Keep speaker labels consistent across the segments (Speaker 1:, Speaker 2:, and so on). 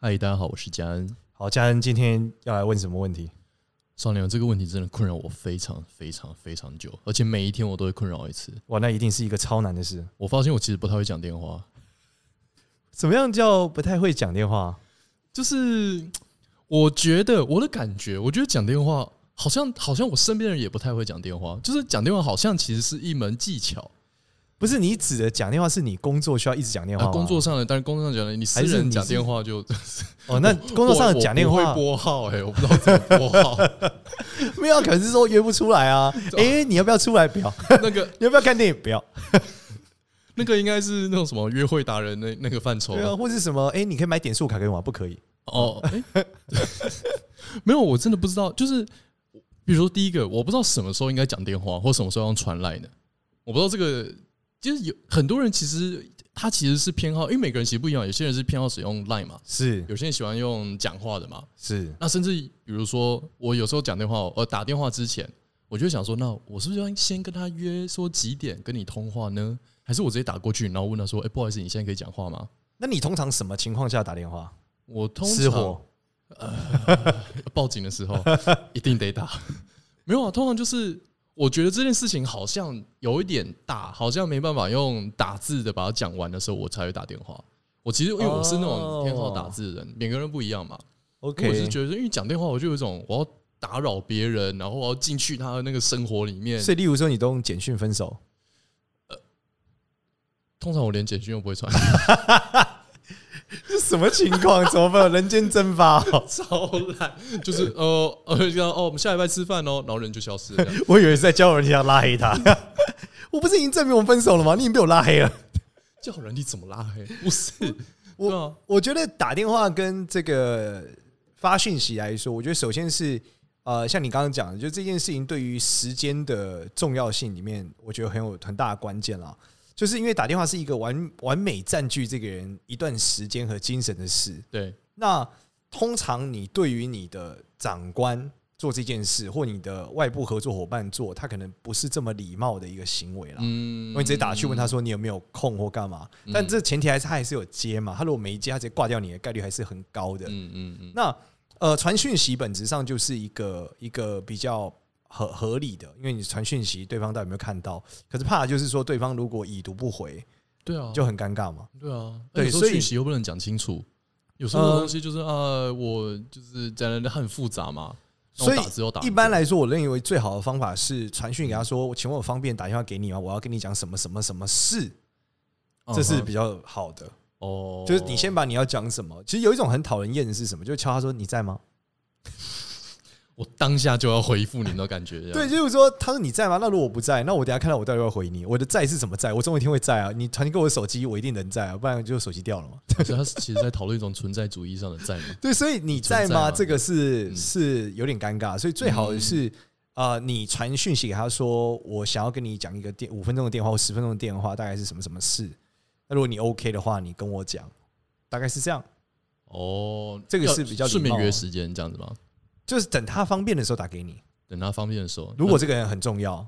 Speaker 1: 嗨，大家好，我是佳恩。
Speaker 2: 好，嘉恩今天要来问什么问题？
Speaker 1: 少年，这个问题真的困扰我非常非常非常久，而且每一天我都会困扰一次。
Speaker 2: 哇，那一定是一个超难的事。
Speaker 1: 我发现我其实不太会讲电话，
Speaker 2: 怎么样叫不太会讲电话？
Speaker 1: 就是我觉得我的感觉，我觉得讲电话好像好像我身边的人也不太会讲电话，就是讲电话好像其实是一门技巧。
Speaker 2: 不是你指的讲电话，是你工作需要一直讲电话
Speaker 1: 啊，
Speaker 2: 吗、
Speaker 1: 工作上的，但是工作上讲的，你私
Speaker 2: 还是
Speaker 1: 人
Speaker 2: 你
Speaker 1: 讲
Speaker 2: 是
Speaker 1: 电话就
Speaker 2: 哦，那工作上的讲电
Speaker 1: 我我
Speaker 2: 话
Speaker 1: 不会拨号哎、我不知道怎么拨号。
Speaker 2: 没有，可能是说约不出来啊。诶，你要不要出来？不要。
Speaker 1: 那个
Speaker 2: 你要不要看电影？不要。
Speaker 1: 那个应该是那种什么约会达人那那个范畴吧
Speaker 2: 对啊，或是什么？诶，你可以买点数卡给我吗？不可以。
Speaker 1: 哦，诶 没有，我真的不知道。就是比如说，第一个，我不知道什么时候应该讲电话，或什么时候要用传来的。我不知道这个，就是有很多人其实他其实是偏好，因为每个人其实不一样，有些人是偏好使用 Line 嘛，
Speaker 2: 是
Speaker 1: 有些人喜欢用讲话的嘛。
Speaker 2: 是，
Speaker 1: 那甚至比如说，我有时候讲电话，呃，打电话之前，我就会想说，那我是不是要先跟他约说几点跟你通话呢？还是我直接打过去，然后问他说，哎、不好意思，你现在可以讲话吗？
Speaker 2: 那你通常什么情况下打电话？
Speaker 1: 我通
Speaker 2: 失
Speaker 1: 常
Speaker 2: 火
Speaker 1: 报警的 时候一定得打。没有啊，通常就是我觉得这件事情好像有一点大，好像没办法用打字的把它讲完的时候，我才会打电话。我其实因为我是那
Speaker 2: 哦
Speaker 1: 种偏好打字的人，每个人不一样嘛。
Speaker 2: ，OK，
Speaker 1: 我是觉得，因为讲电话，我就有一种我要打扰别人，然后我要进去他的那个生活里面。
Speaker 2: 所以，例如说，你都用简讯分手，
Speaker 1: 通常我连简讯都 不会传，
Speaker 2: 这什么情况？怎么办？人间蒸发、 哦！
Speaker 1: 超懒，就是呃呃，就这样哦，我们下礼拜吃饭哦，然后人就消失 了。
Speaker 2: 我以为是在交友软件上拉黑他。 我不是已经证明我们分手了吗？你已经被我拉黑了。
Speaker 1: 叫人你怎么拉黑？不是，
Speaker 2: 我
Speaker 1: 对啊
Speaker 2: 我觉得打电话跟这个发讯息来说，我觉得首先是呃，像你刚刚讲的，就这件事情对于时间的重要性里面，我觉得很有很大的关键啦。就是因为打电话是一个完完美占据这个人一段时间和精神的事。
Speaker 1: 对，
Speaker 2: 那通常你对于你的长官做这件事，或你的外部合作伙伴做，他可能不是这么礼貌的一个行为啦。
Speaker 1: 嗯
Speaker 2: 我你直接打去问他说你有没有空或干嘛？但这前提还是他还是有接嘛，他如果没接，他直接挂掉你的概率还是很高的。
Speaker 1: 嗯嗯嗯，
Speaker 2: 那呃，传讯息本质上就是一个一个比较合合理的，因为你传讯息，对方到底有没有看到？可是怕的就是说，对方如果已读不回，
Speaker 1: 对啊，
Speaker 2: 就很尴尬嘛。
Speaker 1: 对啊，
Speaker 2: 对
Speaker 1: 对，有时候
Speaker 2: 所以
Speaker 1: 讯息又不能讲清楚，有时候的
Speaker 2: 呃
Speaker 1: 东西就是啊，我就是讲的很复杂嘛，那我
Speaker 2: 所以
Speaker 1: 打字又打不
Speaker 2: 一般来说，我认为最好的方法是传讯给他说：“请问我方便打电话给你吗？我要跟你讲什么什么什么
Speaker 1: 嗯
Speaker 2: 事。”
Speaker 1: 过
Speaker 2: 这是
Speaker 1: 嗯
Speaker 2: 比较好的，
Speaker 1: 哦，
Speaker 2: 就是你先把你要讲什么。其实有一种很讨人厌的是什么？就是敲他说：“你在吗？”
Speaker 1: 我当下就要回复你的 感觉，这样
Speaker 2: 对，，就是说，他说你在吗？那如果我不在，那我等一下看到我到底要不要回你？我的在是什么在？我总有一天会在啊！你传给我手机，我一定能在啊，不然就手机掉了 嘛。
Speaker 1: 所以他其实在讨论一种存在主义上的在嘛，
Speaker 2: 对，所以你在
Speaker 1: 存在
Speaker 2: 吗？
Speaker 1: 吗
Speaker 2: 这个是呃
Speaker 1: 嗯
Speaker 2: 是有点尴尬，所以最好的是。啊，你传讯息给他说，我想要跟你讲一个电五分钟的电话或十分钟的电话，大概是什么什么事？那如果你 OK 的话，你跟我讲，大概是这样，
Speaker 1: 哦，
Speaker 2: 这个
Speaker 1: 要
Speaker 2: 是比较礼貌啊
Speaker 1: 顺便约时间这样子嘛，
Speaker 2: 就是等他方便的时候打给你。
Speaker 1: 等他方便的时候，
Speaker 2: 如果这个人很重要，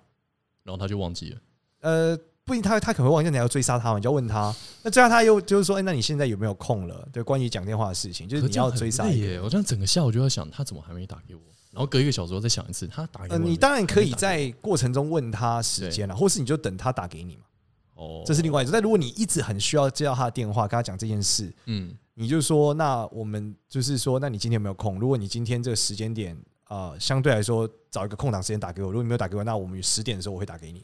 Speaker 1: 那然后他就忘记了，
Speaker 2: 呃，不一定他他可能会忘记你要追杀他嘛，你就要问他。那追杀他又就是说，哎、那你现在有没有空了？对，关于讲电话的事情，就是
Speaker 1: 可
Speaker 2: 你
Speaker 1: 这样
Speaker 2: 要追杀
Speaker 1: 很累
Speaker 2: 一个
Speaker 1: 耶，
Speaker 2: 人。
Speaker 1: 我这样整个下午就在想他怎么还没打给我，然后隔一个小时我再想一次他打给
Speaker 2: 呃，
Speaker 1: 我没，
Speaker 2: 你当然可以
Speaker 1: 还没打给
Speaker 2: 在过程中问他时间啊了，或是你就等他打给你嘛，
Speaker 1: 我哦，
Speaker 2: 这是另外一种。但如果你一直很需要接到他的电话，跟他讲这件事，
Speaker 1: 嗯
Speaker 2: 你就说，那我们就是说，那你今天有没有空？如果你今天这个时间点啊、呃相对来说找一个空档时间打给我，如果你没有打给我，那我们十点的时候我会打给你，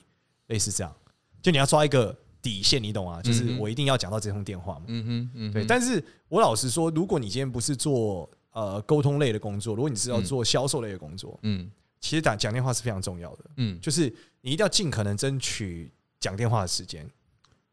Speaker 2: 类似这样。就你要抓一个底线，你懂啊？就是
Speaker 1: 嗯哼
Speaker 2: 我一定要讲到这通电话嘛。
Speaker 1: 嗯哼嗯哼，
Speaker 2: 对，但是我老实说，如果你今天不是做呃沟通类的工作，如果你是要做销售类的工作，
Speaker 1: 嗯
Speaker 2: 其实打讲电话是非常重要的，
Speaker 1: 嗯
Speaker 2: 就是你一定要尽可能争取讲电话的时间。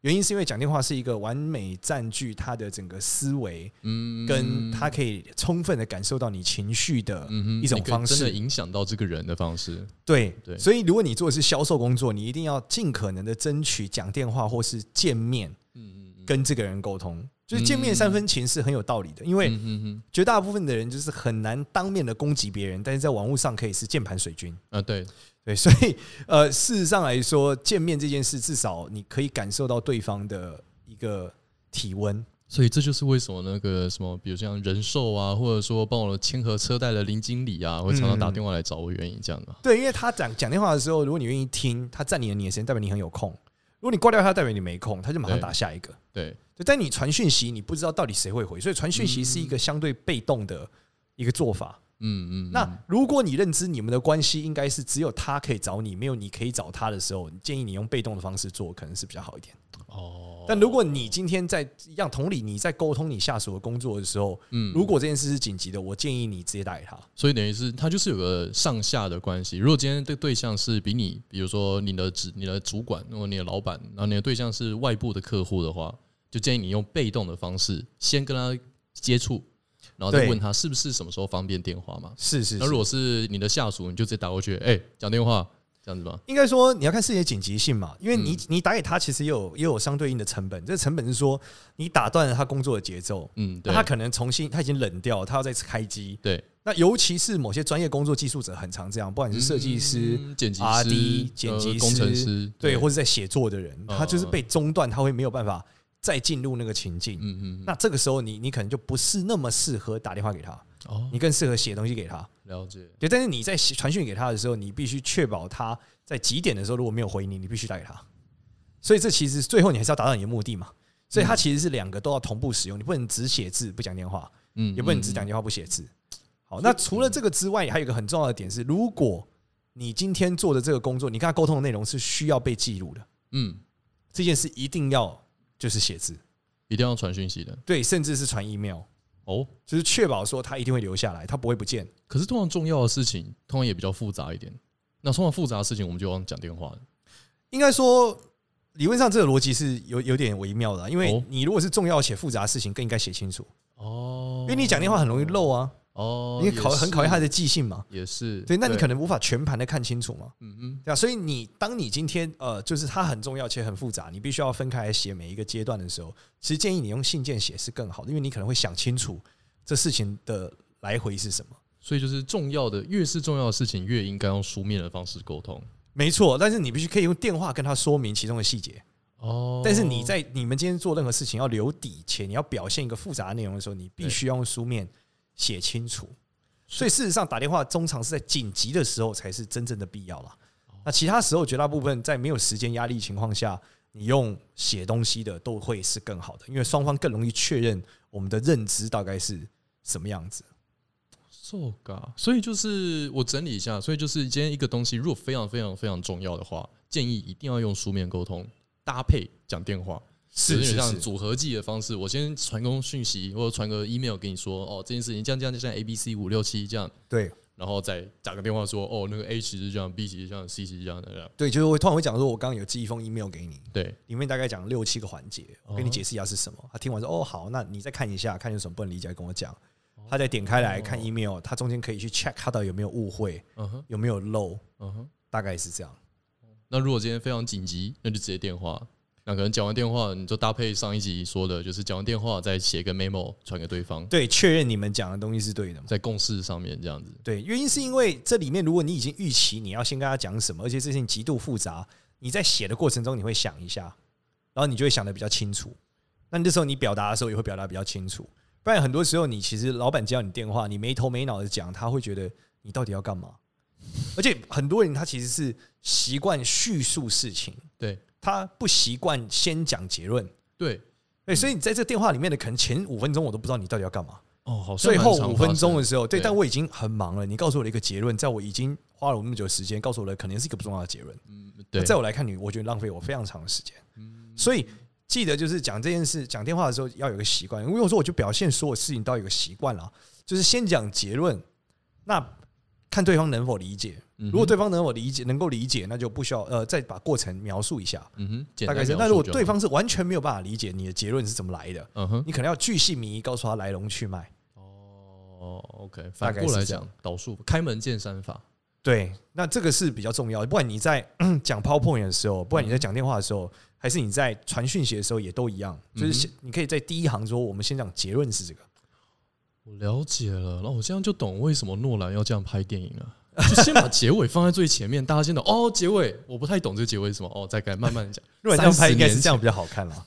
Speaker 2: 原因是因为讲电话是一个完美占据他的整个思维，
Speaker 1: 嗯
Speaker 2: 跟他可以充分的感受到你情绪的
Speaker 1: 嗯哼
Speaker 2: 一种
Speaker 1: 你可以
Speaker 2: 方
Speaker 1: 真的
Speaker 2: 式。
Speaker 1: 影响到这个人的方式。
Speaker 2: 对
Speaker 1: 对
Speaker 2: 所以如果你做的是销售工作，你一定要尽可能的争取讲电话或是见面
Speaker 1: 嗯嗯，
Speaker 2: 跟这个人沟通。就是见面三分情是很有道理的，因为
Speaker 1: 嗯嗯嗯
Speaker 2: 绝大部分的人就是很难当面的攻击别人，但是在网络上可以是键盘水军。
Speaker 1: 啊，对，
Speaker 2: 对，所以呃，事实上来说，见面这件事，至少你可以感受到对方的一个体温。
Speaker 1: 所以这就是为什么那个什么，比如像人寿啊，或者说帮我签合车贷的林经理啊，会常常打电话来找我原因这样啊的、
Speaker 2: 对，因为他讲讲电话的时候，如果你愿意听，他占你的你的时间，代表你很有空；如果你挂掉他，代表你没空，他就马上
Speaker 1: 对
Speaker 2: 打下一个。
Speaker 1: 对，
Speaker 2: 对，但你传讯息，你不知道到底谁会回，所以传讯息是一个相对被动的一个做法。
Speaker 1: 嗯嗯，
Speaker 2: 那如果你认知你们的关系应该是只有他可以找你，没有你可以找他的时候，建议你用被动的方式做，可能是比较好一点。
Speaker 1: 哦，
Speaker 2: 但如果你今天在一样同理，你在沟通你下属的工作的时候，
Speaker 1: 嗯
Speaker 2: 如果这件事是紧急的，我建议你直接打给他。
Speaker 1: 所以等于是他就是有个上下的关系。如果今天的对象是比你，比如说你的主你的主管或你的老板，然后你的对象是外部的客户的话，就建议你用被动的方式先跟他接触，然后再
Speaker 2: 对
Speaker 1: 问他是不是什么时候方便电话嘛。
Speaker 2: 是是
Speaker 1: 那如果是你的下属，你就直接打过去，哎、讲电话这样子吧。
Speaker 2: 应该说你要看事情的紧急性嘛，因为你、
Speaker 1: 嗯
Speaker 2: 你打给他其实也有也有相对应的成本，这成本是说你打断了他工作的节奏，
Speaker 1: 嗯，
Speaker 2: 那
Speaker 1: 对
Speaker 2: 他可能重新他已经冷掉，他要再次开机。
Speaker 1: 对，
Speaker 2: 那尤其是某些专业工作技术者很常这样，不管是设计师。
Speaker 1: 嗯、剪辑师、
Speaker 2: RD 剪辑
Speaker 1: 呃
Speaker 2: 师
Speaker 1: 工程师，
Speaker 2: 对，或者在写作的人，
Speaker 1: 嗯
Speaker 2: 他就是被中断，他会没有办法再进入那个情境。
Speaker 1: 嗯嗯，
Speaker 2: 那这个时候你，你可能就不是那么适合打电话给他，
Speaker 1: 哦，
Speaker 2: 你更适合写东西给他。
Speaker 1: 了解，
Speaker 2: 对，但是你在写传讯给他的时候，你必须确保他在几点的时候如果没有回你，你必须打给他。所以这其实最后你还是要达到你的目的嘛。所以
Speaker 1: 嗯
Speaker 2: 它其实是两个都要同步使用，你不能只写字不讲电话，
Speaker 1: 嗯，
Speaker 2: 也不能
Speaker 1: 嗯
Speaker 2: 只讲电话不写字。好，那除了这个之外，还有一个很重要的点是，如果你今天做的这个工作，你跟他沟通的内容是需要被记录的，
Speaker 1: 嗯，
Speaker 2: 这件事一定要就是写字，
Speaker 1: 一定要传讯息的
Speaker 2: 对，甚至是传 email，
Speaker 1: 哦。
Speaker 2: 就是确保说他一定会留下来，他不会不见。
Speaker 1: 可是通常重要的事情，通常也比较复杂一点。那通常复杂的事情，我们就往讲电话了。
Speaker 2: 应该说，理论上这个逻辑是有有点微妙的啊、因为
Speaker 1: 哦
Speaker 2: 你如果是重要且复杂的事情，更应该写清楚，
Speaker 1: 哦
Speaker 2: 因为你讲电话很容易漏啊，
Speaker 1: 哦，
Speaker 2: 你考
Speaker 1: 也是
Speaker 2: 很考验他的记性嘛。
Speaker 1: 也是
Speaker 2: 对，那你可能无法全盘的看清楚嘛，
Speaker 1: 嗯嗯
Speaker 2: 对啊，所以你当你今天呃，就是它很重要且很复杂，你必须要分开来写每一个阶段的时候，其实建议你用信件写是更好的，因为你可能会想清楚这事情的来回是什么。
Speaker 1: 所以就是重要的，越是重要的事情，越应该用书面的方式沟通。
Speaker 2: 没错，但是你必须可以用电话跟他说明其中的细节。
Speaker 1: 哦
Speaker 2: 但是你在你们今天做任何事情要留底且你要表现一个复杂的内容的时候，你必须要用书面写清楚。所以事实上，打电话通常是在紧急的时候才是真正的必要啦。那其他时候，绝大部分在没有时间压力情况下，你用写东西的都会是更好的，因为双方更容易确认我们的认知大概是什么样子。
Speaker 1: so ga，所以就是我整理一下，所以就是今天一个东西，如果非常非常非常重要的话，建议一定要用书面沟通，搭配讲电话。有点像组合技的方式，我先传公讯息或者传个 email 跟你说，哦，这件事情这样这样这样 A B C 五六七这样，
Speaker 2: 对
Speaker 1: 然后再打个电话说，哦，那个 A 其实这样，B 其实这样，C 其实这样，这样，
Speaker 2: 对，就是我通常会讲说，我刚刚有寄一封 email 给你，
Speaker 1: 对，
Speaker 2: 里面大概讲六七个环节，我跟你
Speaker 1: 哦
Speaker 2: 解释一下是什么。他听完说：“哦，好，那你再看一下，看有什么不能理解，跟我讲。”他再点开来看 email，他中间可以去 check 他到底有没有误会，
Speaker 1: 嗯哼，
Speaker 2: 有没有漏，
Speaker 1: 嗯哼。
Speaker 2: 大概是这样。
Speaker 1: 那如果今天非常紧急，那就直接电话。那可能讲完电话，你就搭配上一集说的，就是讲完电话再写个 memo 传给对方，
Speaker 2: 对，确认你们讲的东西是对的嘛？
Speaker 1: 在共识上面这样子。
Speaker 2: 对，原因是因为这里面如果你已经预期你要先跟他讲什么，而且这件事情极度复杂，你在写的过程中你会想一下，然后你就会想的比较清楚。那你这时候你表达的时候也会表达比较清楚，不然很多时候你其实老板接到你电话，你没头没脑的讲，他会觉得你到底要干嘛？而且很多人他其实是习惯叙述事情，
Speaker 1: 对
Speaker 2: 他不习惯先讲结论。
Speaker 1: 对，
Speaker 2: 对，所以你在这电话里面的可能前五分钟我都不知道你到底要干嘛。
Speaker 1: 哦，好像
Speaker 2: 最
Speaker 1: 蛮
Speaker 2: 后
Speaker 1: 常
Speaker 2: 五
Speaker 1: 发
Speaker 2: 分钟
Speaker 1: 生
Speaker 2: 的时候，对，
Speaker 1: 对
Speaker 2: 但我已经很忙了。你告诉我的一个结论，在我已经花了我那么久时间，告诉我的可能是一个不重要的结论。
Speaker 1: 对，嗯
Speaker 2: 在我来看，你我觉得浪费我非常长的时间。所以记得就是讲这件事，讲电话的时候要有一个习惯。因为我说我就表现所有事情都要有一个习惯啦，就是先讲结论，那看对方能否理解，
Speaker 1: 嗯哼
Speaker 2: 如果对方能够理解，能够理解，那就不需要呃再把过程描述一下，
Speaker 1: 嗯哼，简
Speaker 2: 大
Speaker 1: 单
Speaker 2: 概是。
Speaker 1: 描
Speaker 2: 那如果
Speaker 1: 述就
Speaker 2: 对
Speaker 1: 好，
Speaker 2: 方是完全没有办法理解你的结论是怎么来的，
Speaker 1: 嗯哼，
Speaker 2: 你可能要巨细靡遗告诉他来龙去脉。
Speaker 1: 哦，OK，
Speaker 2: 大
Speaker 1: 反
Speaker 2: 概
Speaker 1: 过
Speaker 2: 是
Speaker 1: 来
Speaker 2: 这样
Speaker 1: 讲，导数开门见山法，
Speaker 2: 对，那这个是比较重要的，不管你在 讲 PowerPoint 的时候，不管你在讲电话的时候，还是你在传讯息的时候，也都一样，就是先你可以在第一行说，我们先讲结论是这个。
Speaker 1: 我了解了，那我这样就懂为什么诺兰要这样拍电影了。就先把结尾放在最前面，大家先懂哦。结尾我不太懂这个结尾是什么哦，再改慢慢 讲。
Speaker 2: 如果你这样拍，
Speaker 1: 30
Speaker 2: 应该是
Speaker 1: 年
Speaker 2: 这样比较好看啦。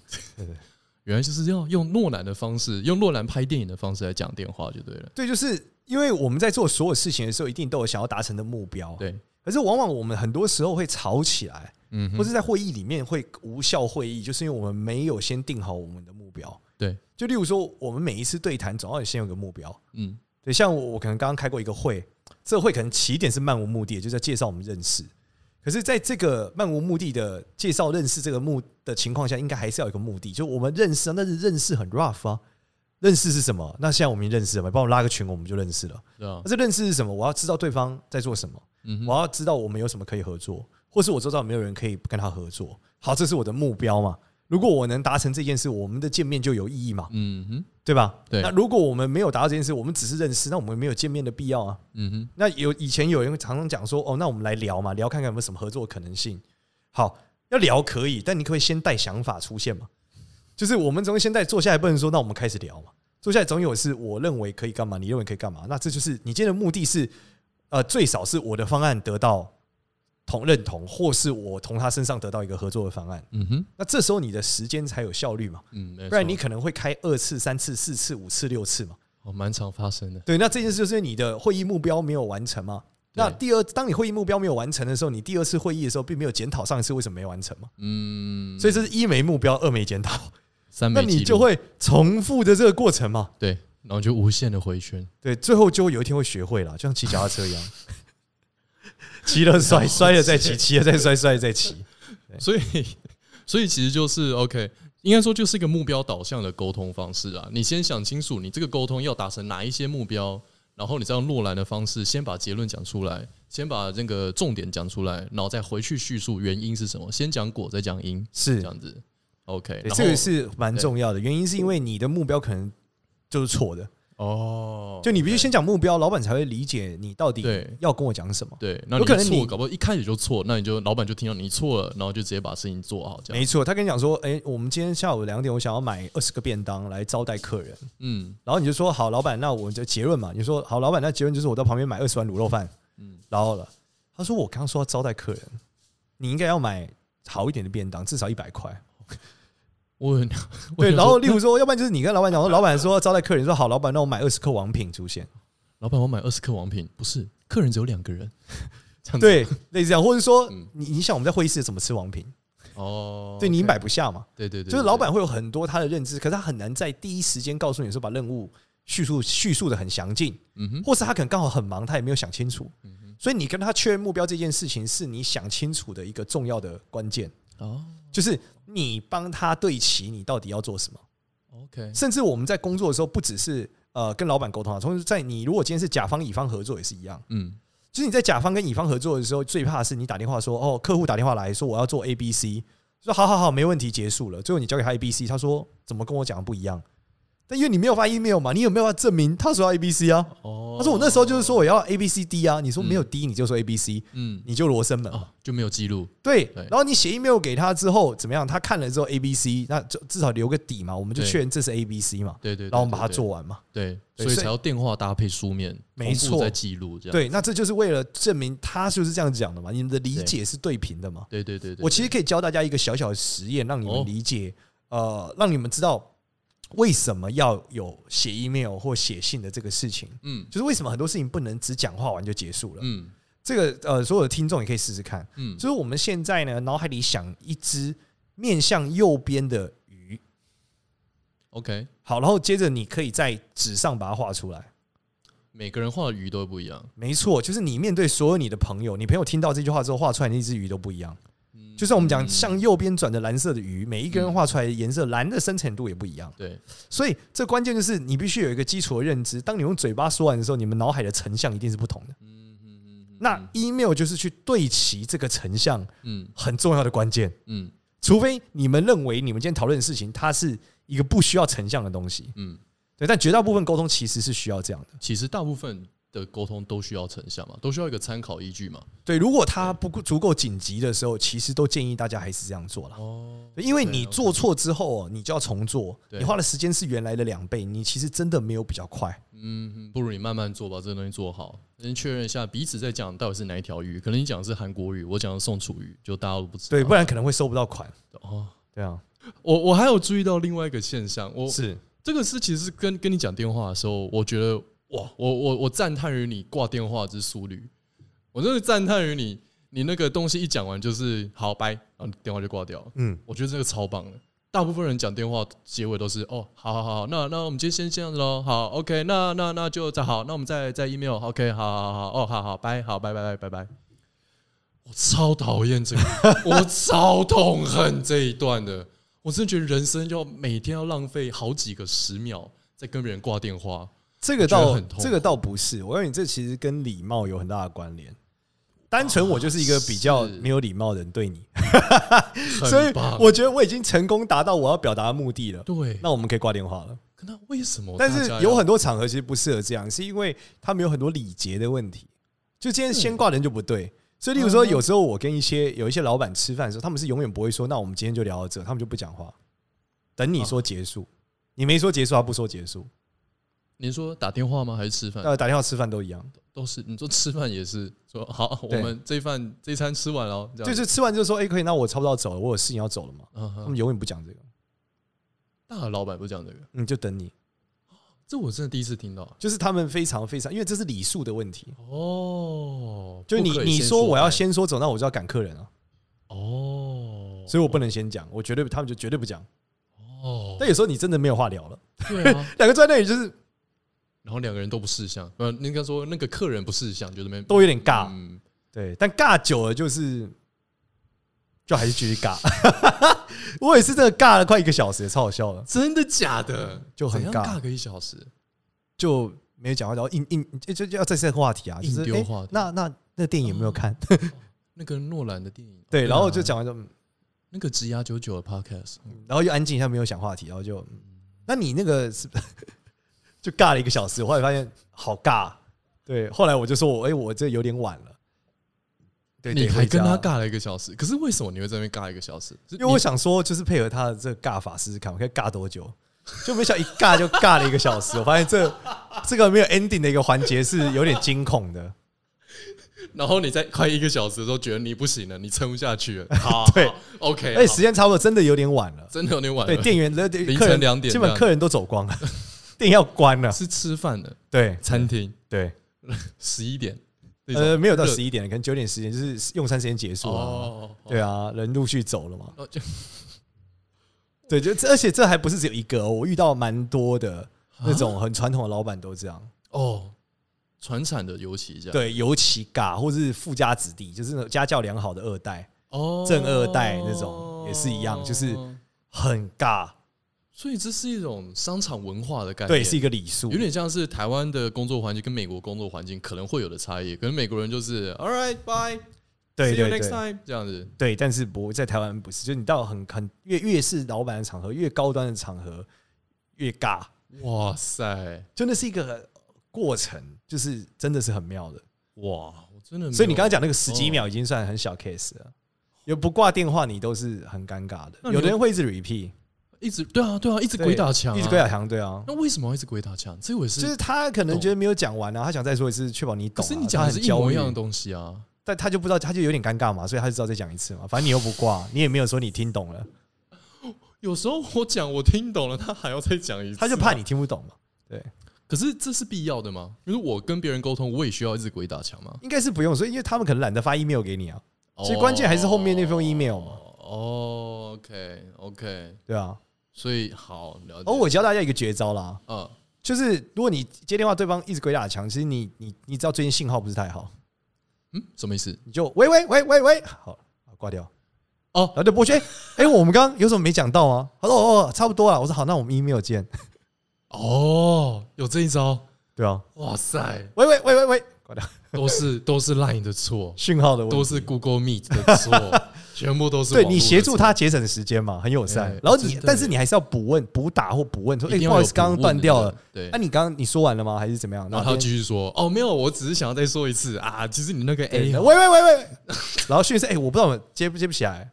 Speaker 1: 原来就是要用诺兰的方式，用诺兰拍电影的方式来讲电话就对了。
Speaker 2: 对，就是因为我们在做所有事情的时候，一定都有想要达成的目标，
Speaker 1: 对，
Speaker 2: 可是往往我们很多时候会吵起来，
Speaker 1: 嗯哼，
Speaker 2: 或是在会议里面会无效会议，就是因为我们没有先定好我们的目标。
Speaker 1: 对，
Speaker 2: 就例如说，我们每一次对谈总要先有个目标。
Speaker 1: 嗯
Speaker 2: 对，像我我可能刚刚开过一个会，这个会可能起点是漫无目的，就是在介绍我们认识。可是，在这个漫无目的的介绍认识这个目的情况下，应该还是要有一个目的，就我们认识啊，但是认识很 rough 啊。认识是什么？那现在我们已经认识了嘛？帮我拉个群，我们就认识了。
Speaker 1: 对啊
Speaker 2: 那，这认识是什么？我要知道对方在做什么。
Speaker 1: 嗯
Speaker 2: 我
Speaker 1: 哼，
Speaker 2: 要知道我们有什么可以合作，或是我周遭有没有人可以跟他合作。好，这是我的目标嘛。如果我能达成这件事，我们的见面就有意义嘛，
Speaker 1: 嗯哼，
Speaker 2: 对吧？
Speaker 1: 对
Speaker 2: 那如果我们没有达到这件事，我们只是认识，那我们没有见面的必要啊。
Speaker 1: 嗯哼，
Speaker 2: 那有以前有人常常讲说，哦，那我们来聊嘛，聊看看有没有什么合作可能性。好，要聊可以，但你可不可以先带想法出现嘛？就是我们从现在坐下来，不能说那我们开始聊嘛，坐下来总有是我认为可以干嘛，你认为可以干嘛，那这就是你今天的目的是，呃，最少是我的方案得到同认同，或是我从他身上得到一个合作的方案，
Speaker 1: 嗯哼，
Speaker 2: 那这时候你的时间才有效率嘛，
Speaker 1: 嗯，没
Speaker 2: 不然你
Speaker 1: 错
Speaker 2: 可能会开二次、三次、四次、五次、六次嘛。
Speaker 1: 哦，蛮常发生的。
Speaker 2: 对，那这件事就是你的会议目标没有完成嘛？
Speaker 1: 对
Speaker 2: 那第二，当你会议目标没有完成的时候，你第二次会议的时候并没有检讨上一次为什么没完成嘛？
Speaker 1: 嗯，
Speaker 2: 所以这是一没目标，二没检讨，
Speaker 1: 三
Speaker 2: 那
Speaker 1: 枚记
Speaker 2: 你
Speaker 1: 录
Speaker 2: 就会重复的这个过程嘛？
Speaker 1: 对，然后就无限的回圈。
Speaker 2: 对，最后就有一天会学会了，就像骑脚踏车一样， 骑了
Speaker 1: 哦
Speaker 2: 摔，摔了再骑，骑了再摔，摔了再骑。
Speaker 1: 所以，所以其实就是 OK，应该说就是一个目标导向的沟通方式啊。你先想清楚，你这个沟通要达成哪一些目标，然后你再用诺兰的方式，先把结论讲出来，先把那个重点讲出来，然后再回去叙述原因是什么，先讲果，再讲因，
Speaker 2: 是
Speaker 1: 这，样子。OK，
Speaker 2: 对
Speaker 1: 然后
Speaker 2: 这个是蛮重要的。原因是因为你的目标可能就是错的，
Speaker 1: 哦，
Speaker 2: 就你必须先讲目标，老板才会理解你到底
Speaker 1: 对
Speaker 2: 要跟我讲什么。
Speaker 1: 对，那
Speaker 2: 有
Speaker 1: 你
Speaker 2: 可能
Speaker 1: 错，
Speaker 2: 你
Speaker 1: 搞不好一开始就错，那你就老板就听到你错了，然后就直接把事情做好，这样。
Speaker 2: 没错，他跟你讲说，哎、我们今天下午两点，我想要买二十个便当来招待客人。
Speaker 1: 嗯
Speaker 2: 然后你就说好，老板，那我就结论嘛。你说好，老板，那结论就是我到旁边买二十碗卤肉饭。
Speaker 1: 嗯，
Speaker 2: 然后了，他说我刚刚说要招待客人，你应该要买好一点的便当，至少一百块。
Speaker 1: 我很 我
Speaker 2: 对，
Speaker 1: 很
Speaker 2: 然后例如说，要不然就是你跟老板讲说，老板说要招待客人，你说好，老板，那我买二十克王品出现。
Speaker 1: 老板我买二十克王品，不是客人只有两 个人，这样子
Speaker 2: 对，类似这样，或者说
Speaker 1: 嗯
Speaker 2: 你你想我们在会议室怎么吃王品？
Speaker 1: 哦，
Speaker 2: 对你
Speaker 1: OK
Speaker 2: 买不下嘛。
Speaker 1: 对对对，
Speaker 2: 就是
Speaker 1: 对
Speaker 2: 老板会有很多他的认知，可是他很难在第一时间告诉你说把任务叙述叙述的很详尽。
Speaker 1: 嗯哼，
Speaker 2: 或是他可能刚好很忙，他也没有想清楚
Speaker 1: 嗯哼，
Speaker 2: 所以你跟他确认目标这件事情，是你想清楚的一个重要的关键，
Speaker 1: 哦
Speaker 2: 就是你帮他对齐你到底要做什么。
Speaker 1: ，OK，
Speaker 2: 甚至我们在工作的时候，不只是呃跟老板沟通啊，同时在你如果今天是甲方乙方合作也是一样，
Speaker 1: 嗯
Speaker 2: 就是你在甲方跟乙方合作的时候，最怕是你打电话说哦，客户打电话来说我要做 A B C，说好好好，没问题，结束了。最后你交给他 A B C，他说怎么跟我讲的不一样？但因为你没有发 email 嘛，你有没有要证明他说要 A B C 啊？
Speaker 1: 哦，
Speaker 2: 他说我那时候就是说我要 A B C D 啊，你说没有 D 你就说 A B C，
Speaker 1: 嗯
Speaker 2: 你就罗生门嘛。
Speaker 1: 哦就没有记录，
Speaker 2: 对
Speaker 1: 对，
Speaker 2: 然后你写 email 给他之后怎么样？他看了之后 A B C，那就至少留个底嘛，我们就
Speaker 1: 对
Speaker 2: 确认这是 A B C 嘛，
Speaker 1: 对对，对
Speaker 2: 然后我们把它，做
Speaker 1: 对
Speaker 2: 完嘛。
Speaker 1: 对，
Speaker 2: 对
Speaker 1: 所以
Speaker 2: 所以
Speaker 1: 才要电话搭配书面，
Speaker 2: 没
Speaker 1: 同步
Speaker 2: 错
Speaker 1: 在记录这样，
Speaker 2: 对，那这就是为了证明他就是这样讲的嘛，你们的理解是对平的嘛。
Speaker 1: 对对对对，
Speaker 2: 我其实可以教大家一个小小的实验，让你
Speaker 1: 哦
Speaker 2: 们理解，呃，让你们知道为什么要有写 email 或写信的这个事情，
Speaker 1: 嗯
Speaker 2: 就是为什么很多事情不能只讲话完就结束了。
Speaker 1: 嗯
Speaker 2: 这个呃，所有的听众也可以试试看。
Speaker 1: 嗯
Speaker 2: 就是我们现在呢，脑海里想一只面向右边的鱼，
Speaker 1: ，OK，
Speaker 2: 好，然后接着你可以在纸上把它画出来。
Speaker 1: 每个人画的鱼都不一样，
Speaker 2: 没错，就是你面对所有你的朋友，你朋友听到这句话之后画出来那只鱼都不一样。
Speaker 1: 嗯
Speaker 2: 就像我们讲向右边转的蓝色的鱼，每一个人画出来的颜色，蓝的深浅度也不一样。
Speaker 1: 对，
Speaker 2: 所以这关键就是你必须有一个基础的认知。当你用嘴巴说完的时候，你们脑海的成像一定是不同的。
Speaker 1: 嗯嗯嗯嗯，
Speaker 2: 那 email 就是去对齐这个成像
Speaker 1: 嗯
Speaker 2: 很重要的关键，
Speaker 1: 嗯
Speaker 2: 除非你们认为你们今天讨论的事情它是一个不需要成像的东西，
Speaker 1: 嗯，
Speaker 2: 对，但绝大部分沟通其实是需要这样的。
Speaker 1: 其实大部分的沟通都需要成像嘛，都需要一个参考依据嘛。
Speaker 2: 对，如果它不足够紧急的时候，其实都建议大家还是这样做了。
Speaker 1: 哦，
Speaker 2: 对因为你
Speaker 1: OK
Speaker 2: 做错之后哦，你就要重做，
Speaker 1: 对
Speaker 2: 你花的时间是原来的两倍，你其实真的没有比较快。
Speaker 1: 嗯，不如你慢慢做，把这个东西做好，先确认一下彼此在讲到底是哪一条鱼。可能你讲的是韩国语，我讲的是宋楚瑜，就大家都不知道。
Speaker 2: 对，不然可能会收不到款。
Speaker 1: 哦，
Speaker 2: 对啊，
Speaker 1: 我我还有注意到另外一个现象，我
Speaker 2: 是
Speaker 1: 这个是其实是跟跟你讲电话的时候，我觉得哇，我我我赞叹于你挂电话之速率，我真的赞叹于你，你那个东西一讲完就是好拜，然后电话就挂掉了。
Speaker 2: 嗯，
Speaker 1: 我觉得这个超棒的。大部分人讲电话结尾都是哦，好好好，那那我们今天先这样子喽，好，OK，那那那就再好，那我们再再 email，OK，、好好好好，哦，好好，拜，好，拜拜拜拜拜。我超讨厌这个，我超痛恨这一段的。我真的觉得人生要每天要浪费好几个十秒在跟别人挂电话。
Speaker 2: 这个
Speaker 1: 我觉得
Speaker 2: 倒
Speaker 1: 很痛苦
Speaker 2: 这个倒不是，我认为这其实跟礼貌有很大的关联。单纯我就是一个比较
Speaker 1: 啊是
Speaker 2: 没有礼貌的人对你，
Speaker 1: 很
Speaker 2: 所以
Speaker 1: 棒
Speaker 2: 我觉得我已经成功达到我要表达的目的了。
Speaker 1: 对，
Speaker 2: 那我们可以挂电话了。
Speaker 1: 可那为什么大
Speaker 2: 但
Speaker 1: 家要？
Speaker 2: 是有很多场合其实不适合这样，是因为他们有很多礼节的问题。就今天先挂人就不对，所以例如说，
Speaker 1: 嗯
Speaker 2: 有时候我跟一些有一些老板吃饭的时候，他们是永远不会说“那我们今天就聊到这”，他们就不讲话，等
Speaker 1: 嗯
Speaker 2: 你说结束，你没说结束，他不说结束，
Speaker 1: 您说打电话吗？还是吃饭？
Speaker 2: 呃，打电话吃饭都一样，
Speaker 1: 都是你说吃饭也是说好，我
Speaker 2: 对
Speaker 1: 们这一饭这一餐吃完了，这样
Speaker 2: 就是吃完就说“哎，可以，那我差不多要走了，我有事情要走了嘛”，
Speaker 1: 嗯
Speaker 2: 他
Speaker 1: 哼
Speaker 2: 们永远不讲这个，
Speaker 1: 大的老板不讲这个，
Speaker 2: 嗯，就等你，
Speaker 1: 这我真的第一次听到。
Speaker 2: 就是他们非常非常，因为这是礼数的问题，
Speaker 1: 哦，
Speaker 2: 就你
Speaker 1: 不可以
Speaker 2: 你
Speaker 1: 先
Speaker 2: 说我要
Speaker 1: 哎
Speaker 2: 先说走，那我就要赶客人啊，
Speaker 1: 哦，
Speaker 2: 所以我不能先讲，我绝对他们就绝对不讲，
Speaker 1: 哦，
Speaker 2: 但有时候你真的没有话聊了。
Speaker 1: 对啊，
Speaker 2: 两个坐在那里就是
Speaker 1: 然后两个人都不识相，呃，应该说那个客人不识相，就这边
Speaker 2: 都有点尬，
Speaker 1: 嗯，
Speaker 2: 对，但尬久了就是就还是继续尬。 我也是真的尬了快一个小时，超好笑的，
Speaker 1: 真的假的？
Speaker 2: 就很
Speaker 1: 怎样
Speaker 2: 尬
Speaker 1: 尬个一小时，
Speaker 2: 就没有讲话，然后硬硬就就就要再设话题啊，就是
Speaker 1: 硬丢
Speaker 2: 诶
Speaker 1: 话题嗯
Speaker 2: 那那那电影有没有看？
Speaker 1: 那个诺兰的电影，
Speaker 2: 对，
Speaker 1: 啊
Speaker 2: 然后就讲完就，嗯
Speaker 1: 那个直牙九九的 podcast，
Speaker 2: 然后又安静一下，没有讲话题，然后就，嗯那你那个是 就尬了一个小时，我后来发现好尬。啊对，后来我就说我哎、我这有点晚了。对，啊
Speaker 1: 你
Speaker 2: 得
Speaker 1: 还
Speaker 2: 回家
Speaker 1: 跟他
Speaker 2: 了
Speaker 1: 尬了一个小时，可是为什么你会在那边尬一个小时？是
Speaker 2: 因为我
Speaker 1: 你
Speaker 2: 想说，就是配合他的这个尬法试试看，我可以尬多久？就没想一尬就尬了一个小时，我发现这 这个没有 ending 的一个环节是有点惊恐的。
Speaker 1: 然后你在快一个小时的时候，觉得你不行了，你撑不下去了。好，
Speaker 2: 对
Speaker 1: 好，OK，
Speaker 2: 而且
Speaker 1: 好
Speaker 2: 时间差不多，真的有点晚了。
Speaker 1: 真的有点晚了。
Speaker 2: 对，店员的
Speaker 1: 凌晨
Speaker 2: 客人
Speaker 1: 两点
Speaker 2: 基本客人都走光了， 店要关了。
Speaker 1: 是吃饭的
Speaker 2: 对
Speaker 1: 餐厅，
Speaker 2: 对，
Speaker 1: 十一点。那种
Speaker 2: 呃，没有到
Speaker 1: 热
Speaker 2: 十一点，可能九点十点就是用餐时间结束了。
Speaker 1: 哦，
Speaker 2: 对啊，人陆续走了嘛。
Speaker 1: 哦，就
Speaker 2: 对，就这而且这还不是只有一个哦，我遇到蛮多的
Speaker 1: 啊
Speaker 2: 那种很传统的老板都这样。
Speaker 1: 哦，传产的尤其这样。，
Speaker 2: 对，尤其尬或是富家子弟，就是那种家教良好的二代，
Speaker 1: 哦，
Speaker 2: 正二代那种也是一样就是很尬。
Speaker 1: 所以这是一种商场文化的概念，
Speaker 2: 对，是一个礼数
Speaker 1: 有。点像是台湾的工作环境跟美国工作环境可能会有的差异。可能美国人就是 All right, bye,
Speaker 2: 对
Speaker 1: see you
Speaker 2: 对对
Speaker 1: next time 这样子。
Speaker 2: 对，但是不在台湾不是，就是你到很很越越是老板的场合，越高端的场合越尬，
Speaker 1: 哇塞，
Speaker 2: 就那是一个过程，就是真的是很妙的。
Speaker 1: 哇，我真的没有。
Speaker 2: 所以你刚刚讲那个十几
Speaker 1: 哦
Speaker 2: 秒已经算很小 case 了。有不挂电话，你都是很尴尬的。
Speaker 1: 那你
Speaker 2: 有的
Speaker 1: 会
Speaker 2: 人会一直 repeat，
Speaker 1: 一直对啊，对啊，一直
Speaker 2: 对
Speaker 1: 鬼打墙、
Speaker 2: 一直鬼打。墙，对啊，
Speaker 1: 那为什么要一直鬼打墙？这我也是，
Speaker 2: 就是他可能觉得没有讲完啊，他想再说一次，确保你
Speaker 1: 可
Speaker 2: 懂啊。
Speaker 1: 是你
Speaker 2: 他
Speaker 1: 讲的
Speaker 2: 很
Speaker 1: 是一
Speaker 2: 焦
Speaker 1: 模
Speaker 2: 虑
Speaker 1: 一样的东西啊。
Speaker 2: 但他就不知道，他就有点尴尬嘛，所以他就知道再讲一次嘛。反正你又不挂，你也没有说你听懂了，
Speaker 1: 有时候我讲我听懂了，他还要再讲一次，
Speaker 2: 他就怕。你听不懂嘛。对，
Speaker 1: 可是这是必要的吗？因为我跟别人沟通，我也需要一直鬼打墙吗？
Speaker 2: 应该是不用说，因为他们可能懒得发 email 给你啊，所以关键还是后面那封 email 嘛
Speaker 1: 哦，OK OK，
Speaker 2: 对啊。
Speaker 1: 所以好了
Speaker 2: 哦，
Speaker 1: 解。
Speaker 2: 我教大家一个绝招啦，
Speaker 1: 嗯
Speaker 2: 就是如果你接电话，对方一直鬼打墙，其实你你你知道最近信号不是太好，
Speaker 1: 嗯，什么意思？
Speaker 2: 你就喂喂喂喂喂，好，好挂掉。
Speaker 1: 哦
Speaker 2: 然后就剥削，哎、诶我们刚刚有什么没讲到啊？他说哦，哦差不多了。我说好，那我们 email 见。
Speaker 1: 哦，有这一招，
Speaker 2: 对啊，
Speaker 1: 哇塞！
Speaker 2: 喂喂喂喂喂，挂掉。
Speaker 1: 都是 都是 Line 的错，
Speaker 2: 讯号的问题，
Speaker 1: 都是 Google Meet 的错，全部都是
Speaker 2: 对
Speaker 1: 网络
Speaker 2: 你
Speaker 1: 的
Speaker 2: 协助
Speaker 1: 错
Speaker 2: 他节省时间嘛，很友善
Speaker 1: 哎。
Speaker 2: 然后你
Speaker 1: 真，的
Speaker 2: 但是你还是要补问、补打或补问说：“哎、
Speaker 1: 一定
Speaker 2: 不
Speaker 1: 要有
Speaker 2: 好意思，刚刚
Speaker 1: 补问
Speaker 2: 断
Speaker 1: 的
Speaker 2: 掉了。”
Speaker 1: 对
Speaker 2: 那、，你刚刚你说完了吗？还是怎么样？
Speaker 1: 然后他
Speaker 2: 后
Speaker 1: 又继续说：“哦，没有，我只是想要再说一次 啊，其实你那个
Speaker 2: 哎，
Speaker 1: A
Speaker 2: 喂喂喂喂，然后讯息哎，我不知道我们接不接不起来。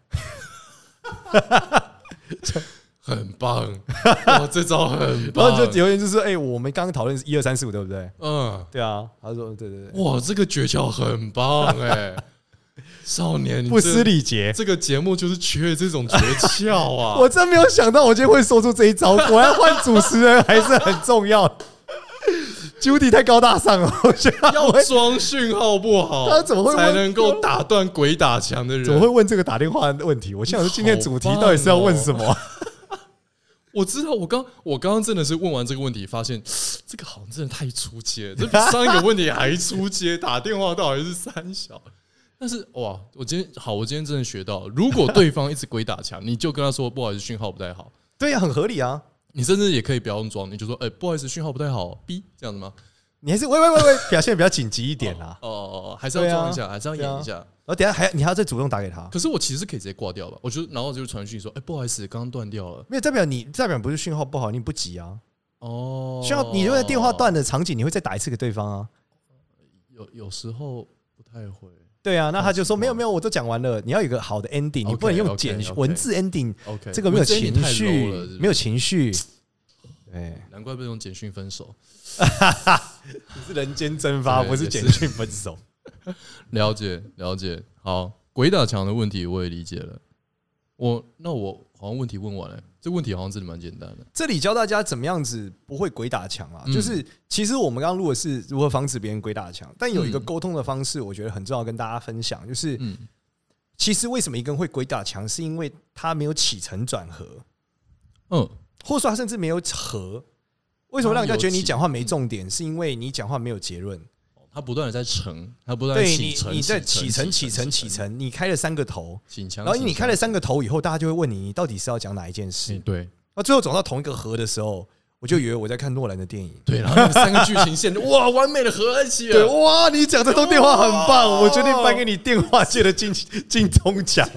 Speaker 1: 很 棒，哦，这招很
Speaker 2: 然后
Speaker 1: 棒。”
Speaker 2: 你就留言就是：“哎、我们刚刚讨论是一二三四五，对不对
Speaker 1: 嗯，？”
Speaker 2: 对啊，他说：“对对对，
Speaker 1: 哇，这个诀窍很棒哎，少年
Speaker 2: 不失。礼节
Speaker 1: 你这。这个节目就是缺这种诀窍”啊！
Speaker 2: 我真没有想到我今天会说出这一招，果然换主持人还是很重要 的。Judy 太高大上了， 我觉得
Speaker 1: 要装讯号不好，
Speaker 2: 他怎么会问
Speaker 1: 才能够打断鬼打墙的人？
Speaker 2: 怎么会问这个打电话的问题？我想说今天的主题到底是要问什么？
Speaker 1: 我知道，我刚我刚刚真的是问完这个问题，发现这个好像真的太出街了，这比上一个问题还出街。打电话到底是三小，但是哇，我今天好，我今天真的学到了，如果对方一直鬼打墙，你就跟他说不好意思，讯号不太好。
Speaker 2: 对呀、很合理啊。
Speaker 1: 你甚至也可以不要用装，你就说哎、不好意思，讯号不太好，B 这样子吗？
Speaker 2: 你还是喂喂喂喂，表现比较紧急一点啊啦。
Speaker 1: 哦哦，哦还是要装一下，还是要
Speaker 2: 对啊
Speaker 1: 演一下。
Speaker 2: 然后等一下还你还要再主动打给他，
Speaker 1: 可是我其实可以直接挂掉吧，我就然后就传讯说，哎、不好意思，刚刚断掉了。
Speaker 2: 没有代表你代表不是讯号不好，你不急啊。
Speaker 1: 哦，
Speaker 2: 需要你如果电话断，的场景，你会再打一次给对方啊。
Speaker 1: 有有时候不太会。
Speaker 2: 对啊，那他就说
Speaker 1: 哦
Speaker 2: 没有没有，我都讲完了。你要有一个好的 ending，你不能用
Speaker 1: OK，OK，
Speaker 2: 简
Speaker 1: OK
Speaker 2: 文字 ending，
Speaker 1: OK，
Speaker 2: 这个没有
Speaker 1: 我真的
Speaker 2: 情
Speaker 1: 太 low
Speaker 2: 绪
Speaker 1: 了是不是，
Speaker 2: 没有情绪。哎对，
Speaker 1: 难怪被用简讯分手。
Speaker 2: 是人间蒸发，
Speaker 1: 对
Speaker 2: 不是
Speaker 1: 也是
Speaker 2: 简讯分手。
Speaker 1: 了解，了解。好，鬼打墙的问题我也理解了。我那我好像问题问完了、这问题好像真的蛮简单的。
Speaker 2: 这里教大家怎么样子不会鬼打墙啊，
Speaker 1: 嗯
Speaker 2: 就是其实我们刚刚录的是如何防止别人鬼打墙，但有一个
Speaker 1: 嗯
Speaker 2: 沟通的方式，我觉得很重要，跟大家分享，就是
Speaker 1: 嗯，
Speaker 2: 其实为什么一个人会鬼打墙，是因为他没有起承转合，
Speaker 1: 嗯，
Speaker 2: 或者说他甚至没有和。为什么让人家觉得
Speaker 1: 他没有
Speaker 2: 你
Speaker 1: 起
Speaker 2: 讲话没重点？是因为你讲话没有结论。
Speaker 1: 他不断的在成，他不断地
Speaker 2: 对
Speaker 1: 起
Speaker 2: 你，
Speaker 1: 承，
Speaker 2: 你在起
Speaker 1: 起
Speaker 2: 承、
Speaker 1: 承、
Speaker 2: 起承、起，承，你开了三个头，
Speaker 1: 请强。
Speaker 2: 然后因为你开了
Speaker 1: 的，
Speaker 2: 三个头以后，大家就会问你，你到底是要讲哪一件事
Speaker 1: 嗯？对
Speaker 2: 那最后走到同一个和的时候，我就以为我在看诺兰的电影。
Speaker 1: 对，然后那个三个剧 情线，哇，完美的合在一起了。
Speaker 2: 对，哇，你讲这通电话很棒，
Speaker 1: 啊哇
Speaker 2: 我决定颁给你电话界的金金钟奖。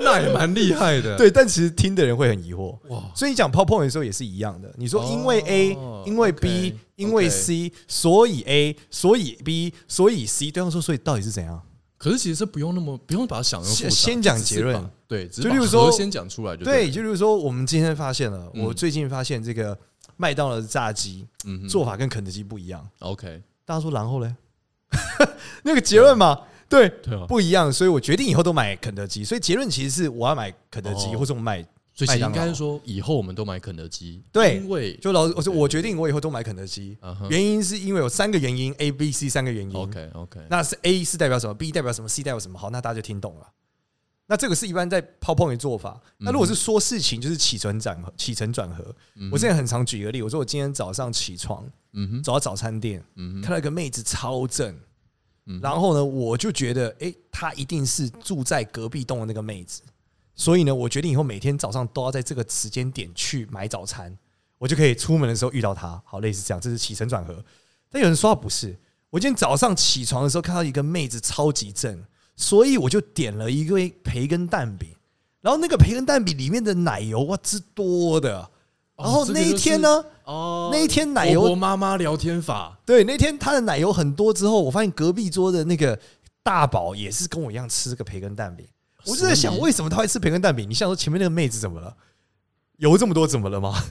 Speaker 1: 那也蛮厉害的。，
Speaker 2: 对，但其实听的人会很疑惑。
Speaker 1: 哇，
Speaker 2: 所以你讲 PowerPoint 的时候也是一样的，你说因为 A，、
Speaker 1: 哦
Speaker 2: 因为
Speaker 1: OK，
Speaker 2: B，、因为
Speaker 1: OK
Speaker 2: C，所以 A，所以 B，所以 C，对方说所以到底是怎样？
Speaker 1: 可是其实是不用那么不用把它想那么复杂，
Speaker 2: 先先讲
Speaker 1: 只是
Speaker 2: 结论
Speaker 1: 把，对，
Speaker 2: 就
Speaker 1: 只
Speaker 2: 是
Speaker 1: 把
Speaker 2: 例如说
Speaker 1: 核先讲出来就
Speaker 2: 对，
Speaker 1: 了
Speaker 2: 就比如说我们今天发现了，
Speaker 1: 嗯
Speaker 2: 我最近发现这个麦当劳的炸鸡
Speaker 1: 嗯哼
Speaker 2: 做法跟肯德基不一样，
Speaker 1: OK，
Speaker 2: 大家说然后嘞？ 那个结论嘛，对，
Speaker 1: 对啊，
Speaker 2: 不一样，所以我决定以后都买肯德基。所以结论其实是我要买肯德基，
Speaker 1: 哦
Speaker 2: 或者我买
Speaker 1: 所以其
Speaker 2: 麦
Speaker 1: 实
Speaker 2: 当
Speaker 1: 应
Speaker 2: 劳
Speaker 1: 该是说，以后我们都买肯德基，
Speaker 2: 对
Speaker 1: 因为
Speaker 2: 就老我说我决定我以后都买肯德基
Speaker 1: 嗯，哼
Speaker 2: 原因是因为有三个原因，A、B、C 三个原因。
Speaker 1: OK OK，
Speaker 2: 那是 A 是代表什么，B 代表什么，C 代表什么？好，那大家就听懂了。那这个是一般在 PowerPoint 的做法。那
Speaker 1: 嗯
Speaker 2: 如果是说事情，就是起承转合，起承转合。我之前很常举一个例，我说我今天早上起床，
Speaker 1: 嗯哼
Speaker 2: 走到早餐店，
Speaker 1: 嗯
Speaker 2: 看到一个妹子超正，
Speaker 1: 嗯
Speaker 2: 然后呢，我就觉得，诶，她一定是住在隔壁栋的那个妹子，所以呢，我决定以后每天早上都要在这个时间点去买早餐，我就可以出门的时候遇到她。好，类似这样，这是起承转合。但有人说她不是，我今天早上起床的时候看到一个妹子超级正，所以我就点了一个培根蛋饼，然后那个培根蛋饼里面的奶油哇之多的，然后
Speaker 1: 这个
Speaker 2: 那一
Speaker 1: 就是
Speaker 2: 天呢？
Speaker 1: 哦
Speaker 2: 那一天奶油
Speaker 1: 婆婆妈妈聊天法，
Speaker 2: 对，那天他的奶油很多之后，我发现隔壁桌的那个大宝也是跟我一样吃这个培根蛋饼。我就在想，
Speaker 1: 所以
Speaker 2: 为什么他会吃培根蛋饼？你想说前面那个妹子怎么了？油这么多怎么了吗？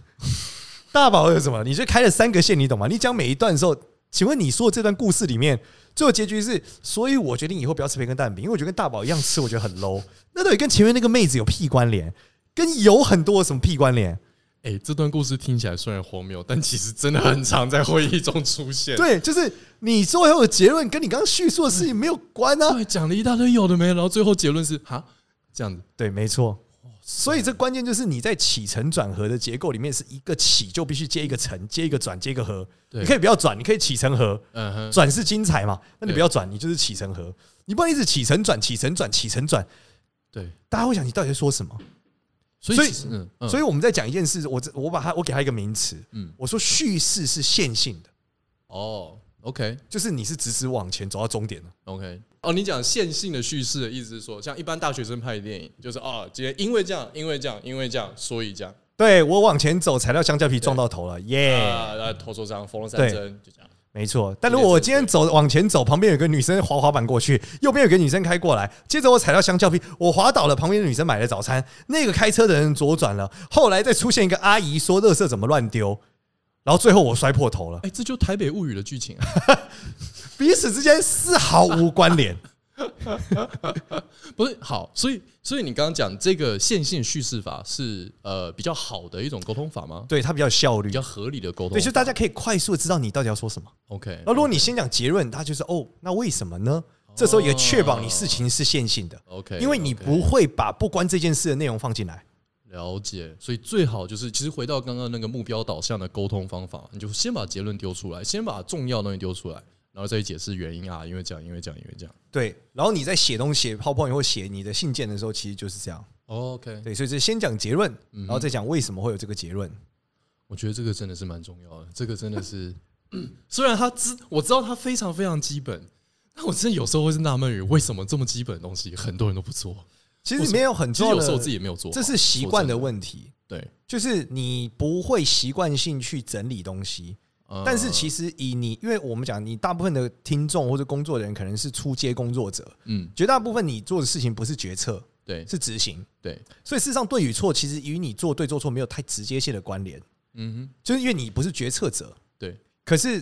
Speaker 2: 大宝有什么？你就开了三个线，你懂吗？你讲每一段的时候，请问你说的这段故事里面最后结局是，所以我决定以后不要吃培根蛋饼，因为我觉得跟大宝一样吃，我觉得很 low。那到底跟前面那个妹子有屁关联？跟油很多有什么屁关联？
Speaker 1: 哎，这段故事听起来虽然荒谬，但其实真的很常在会议中出现。
Speaker 2: 对，就是你最后的结论跟你刚刚叙述的事情没有关啊。
Speaker 1: 对，讲了一大堆有的没的，然后最后结论是哈这样子，
Speaker 2: 对，没错。所以这关键就是你在起承转合的结构里面，是一个起就必须接一个承，接一个转，接一个合。
Speaker 1: 对
Speaker 2: 你可以不要转，你可以起承合。
Speaker 1: 嗯哼，
Speaker 2: 转是精彩嘛？那你
Speaker 1: 对
Speaker 2: 不要转，你就是起承合。你不能一直起承转、起承转、起承转，
Speaker 1: 对，
Speaker 2: 大家会想你到底在说什么？
Speaker 1: 所
Speaker 2: 所以
Speaker 1: 以其实嗯嗯
Speaker 2: 所以我们在讲一件事，我这我把它我给它一个名词，
Speaker 1: 嗯
Speaker 2: 我说叙事是线性的，
Speaker 1: 哦 OK
Speaker 2: 就是你是直直往前走到终点了。
Speaker 1: OK，哦，你讲线性的叙事的意思是说，像一般大学生拍的电影，就是哦，今天因为这样，因为这样，因为这样，所以这样，
Speaker 2: 对我往前走，踩到香蕉皮撞到头了，耶、
Speaker 1: 啊，然后头受伤，缝了三
Speaker 2: 哎对
Speaker 1: 针，就这样。
Speaker 2: 没错，但如果我今天走往前走，旁边有个女生滑滑板过去，右边有个女生开过来，接着我踩到香蕉皮，我滑倒了，旁边的女生买了早餐，那个开车的人左转了，后来再出现一个阿姨说垃圾怎么乱丢， 然后最后我摔破头了，
Speaker 1: 哎、这就《台北物语》的剧情啊。
Speaker 2: 彼此之间丝毫无关联。
Speaker 1: 不是好，所以所以你刚刚讲这个线性叙事法是呃比较好的一种沟通法吗？
Speaker 2: 对，它比较有效率
Speaker 1: 比，较合理的沟通法，
Speaker 2: 对，就大家可以快速地知道你到底要说什么。
Speaker 1: OK
Speaker 2: 那如果你先讲结论，他就是哦，那为什么呢？这时候也确保你事情是线性的，
Speaker 1: OK，
Speaker 2: 因为你
Speaker 1: OK
Speaker 2: 不会把不关这件事的内容放进来。
Speaker 1: 了解，所以最好就是其实回到刚刚那个目标导向的沟通方法，你就先把结论丢出来，先把重要的东西丢出来，然后再去解释原因啊，因为这样，因为这样，因为这样。
Speaker 2: 对，然后你在写东西、写 PowerPoint 或写你的信件的时候，其实就是这样。
Speaker 1: OK，
Speaker 2: 对，所以是先讲结论，然
Speaker 1: 嗯
Speaker 2: 后再讲为什么会有这个结论。
Speaker 1: 我觉得这个真的是蛮重要的，这个真的是，虽然它知我知道它非常非常基本，但我真的有时候会是纳闷于为什么这么基本的东西很多人都不做，
Speaker 2: 其实里面有很
Speaker 1: 其
Speaker 2: 重要
Speaker 1: 实有
Speaker 2: 的，
Speaker 1: 时候我自己也没有做好，
Speaker 2: 这是习惯的
Speaker 1: 说
Speaker 2: 问题，
Speaker 1: 真的对。
Speaker 2: 就是你不会习惯性去整理东西。
Speaker 1: 呃
Speaker 2: 但是其实以你，因为我们讲你大部分的听众或者工作人员可能是出街工作者，
Speaker 1: 嗯，
Speaker 2: 绝大部分你做的事情不是决策，
Speaker 1: 对
Speaker 2: 是执行。
Speaker 1: 对，
Speaker 2: 所以事实上，对与错其实与你做对做错没有太直接性的关联，
Speaker 1: 嗯
Speaker 2: 就是因为你不是决策者。
Speaker 1: 哼，对
Speaker 2: 可是，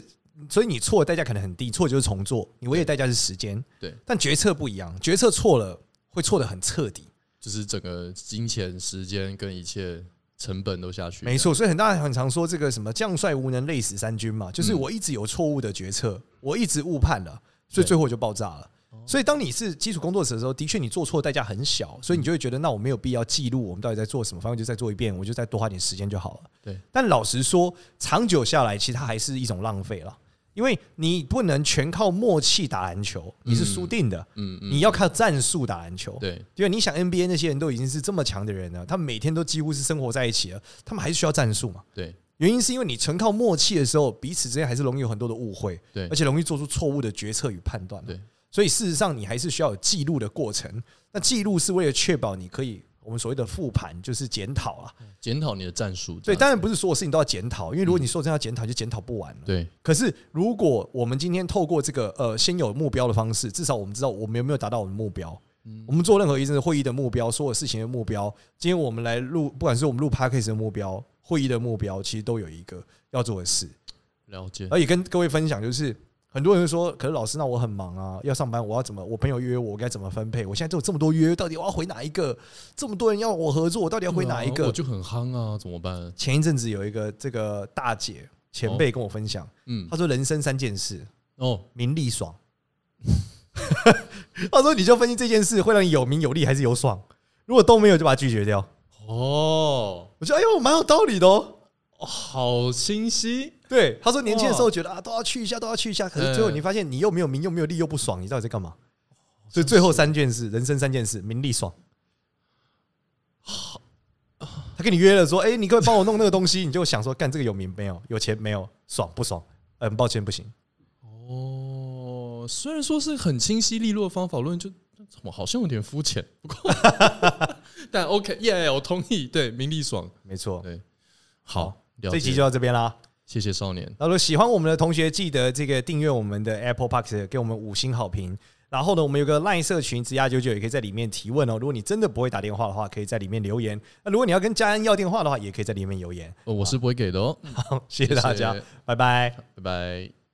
Speaker 2: 所以你错的代价可能很低，错就是重做，你唯一的代价是时间。
Speaker 1: 对，
Speaker 2: 但决策不一样，决策错了会错的很彻底，
Speaker 1: 就是整个金钱、时间跟一切成本都下去，
Speaker 2: 没错。所以很大很常说这个什么“将帅无能，累死三军”
Speaker 1: 嗯
Speaker 2: 嘛，就是我一直有错误的决策，我一直误判了，所以
Speaker 1: 对哦
Speaker 2: 最后我就爆炸了。所以，当你是基础工作者的时候，的确你做错的代价很
Speaker 1: 嗯
Speaker 2: 小，所以你就会觉得，那我没有必要记录我们到底在做什么，反正就再做一遍，我就再多花点时间就好了。
Speaker 1: 对，
Speaker 2: 但老实说，长久下来，其实它还是一种浪费了，因为你不能全靠默契打篮球，你是输定的，
Speaker 1: 嗯嗯，
Speaker 2: 你要靠战术打篮球。
Speaker 1: 对
Speaker 2: 因为你想 NBA 那些人都已经是这么强的人了，他们每天都几乎是生活在一起了，他们还是需要战术嘛？
Speaker 1: 对
Speaker 2: 原因是因为你纯靠默契的时候，彼此之间还是容易有很多的误会，
Speaker 1: 对
Speaker 2: 而且容易做出错误的决策与判断嘛。
Speaker 1: 对
Speaker 2: 所以事实上，你还是需要有记录的过程。那记录是为了确保你可以我们所谓的复盘，就是检讨啊。
Speaker 1: 检讨你的战术，
Speaker 2: 对，
Speaker 1: 这样
Speaker 2: 当然不是所有事情都要检讨，因为如果你说真的要检讨，就检讨不完了。
Speaker 1: 对
Speaker 2: 可是，如果我们今天透过这个呃先有目标的方式，至少我们知道我们有没有达到我们的目标。我们做任何一次会议的目标，所有事情的目标，今天我们来录，不管是我们录 p a c k a g e 的目标，会议的目标，其实都有一个要做的事。
Speaker 1: 了解，
Speaker 2: 而且跟各位分享，就是很多人会说，可是老师，那我很忙啊，要上班，我要怎么？我朋友约我，我该怎么分配？我现在都有这么多约，到底我要回哪一个？这么多人要我合作，我到底要回哪一
Speaker 1: 对啊
Speaker 2: 个
Speaker 1: 我？就很夯啊，怎么办？
Speaker 2: 前一阵子有一个这个大姐前辈跟我分享，
Speaker 1: 嗯，
Speaker 2: 她说人生三件事。
Speaker 1: 哦，
Speaker 2: 名利爽。 他说：“你就分析这件事会让你有名有利还是有爽，如果都没有就把它拒绝掉。
Speaker 1: 哦，”
Speaker 2: 我觉得哎呦，蛮有道理的哦。
Speaker 1: 好清晰，
Speaker 2: 对，他说年轻的时候觉得啊都要去一下，都要去一下，可是最后
Speaker 1: 嗯
Speaker 2: 你发现你又没有名又没有利又不爽，你到底在干嘛？所以最后三件
Speaker 1: 哦
Speaker 2: 事，人生三件事，名利爽。他跟你约了说：“哎，你可不可以帮我弄那个东西？”你就想说：“干这个有名没有？有钱没有？爽不爽？”呃很抱歉，不行。
Speaker 1: 哦，虽然说是很清晰利落的方法论，就怎么好像有点肤浅，不过 但 OK，耶、我同意，对，名利爽，
Speaker 2: 没错，
Speaker 1: 对，好，了
Speaker 2: 这
Speaker 1: 解，
Speaker 2: 集就到这边啦。
Speaker 1: 谢谢少年，
Speaker 2: 然后喜欢我们的同学，记得这个订阅我们的 Apple Park，给我们五星好评。然后呢，我们有个 LINE 社群，直压九九也可以在里面提问哦。如果你真的不会打电话的话，可以在里面留言。那如果你要跟家人要电话的话，也可以在里面留言。嗯
Speaker 1: 哦我是不会给的哦，
Speaker 2: 好，谢谢大家，
Speaker 1: 谢谢
Speaker 2: 拜拜。
Speaker 1: 拜拜。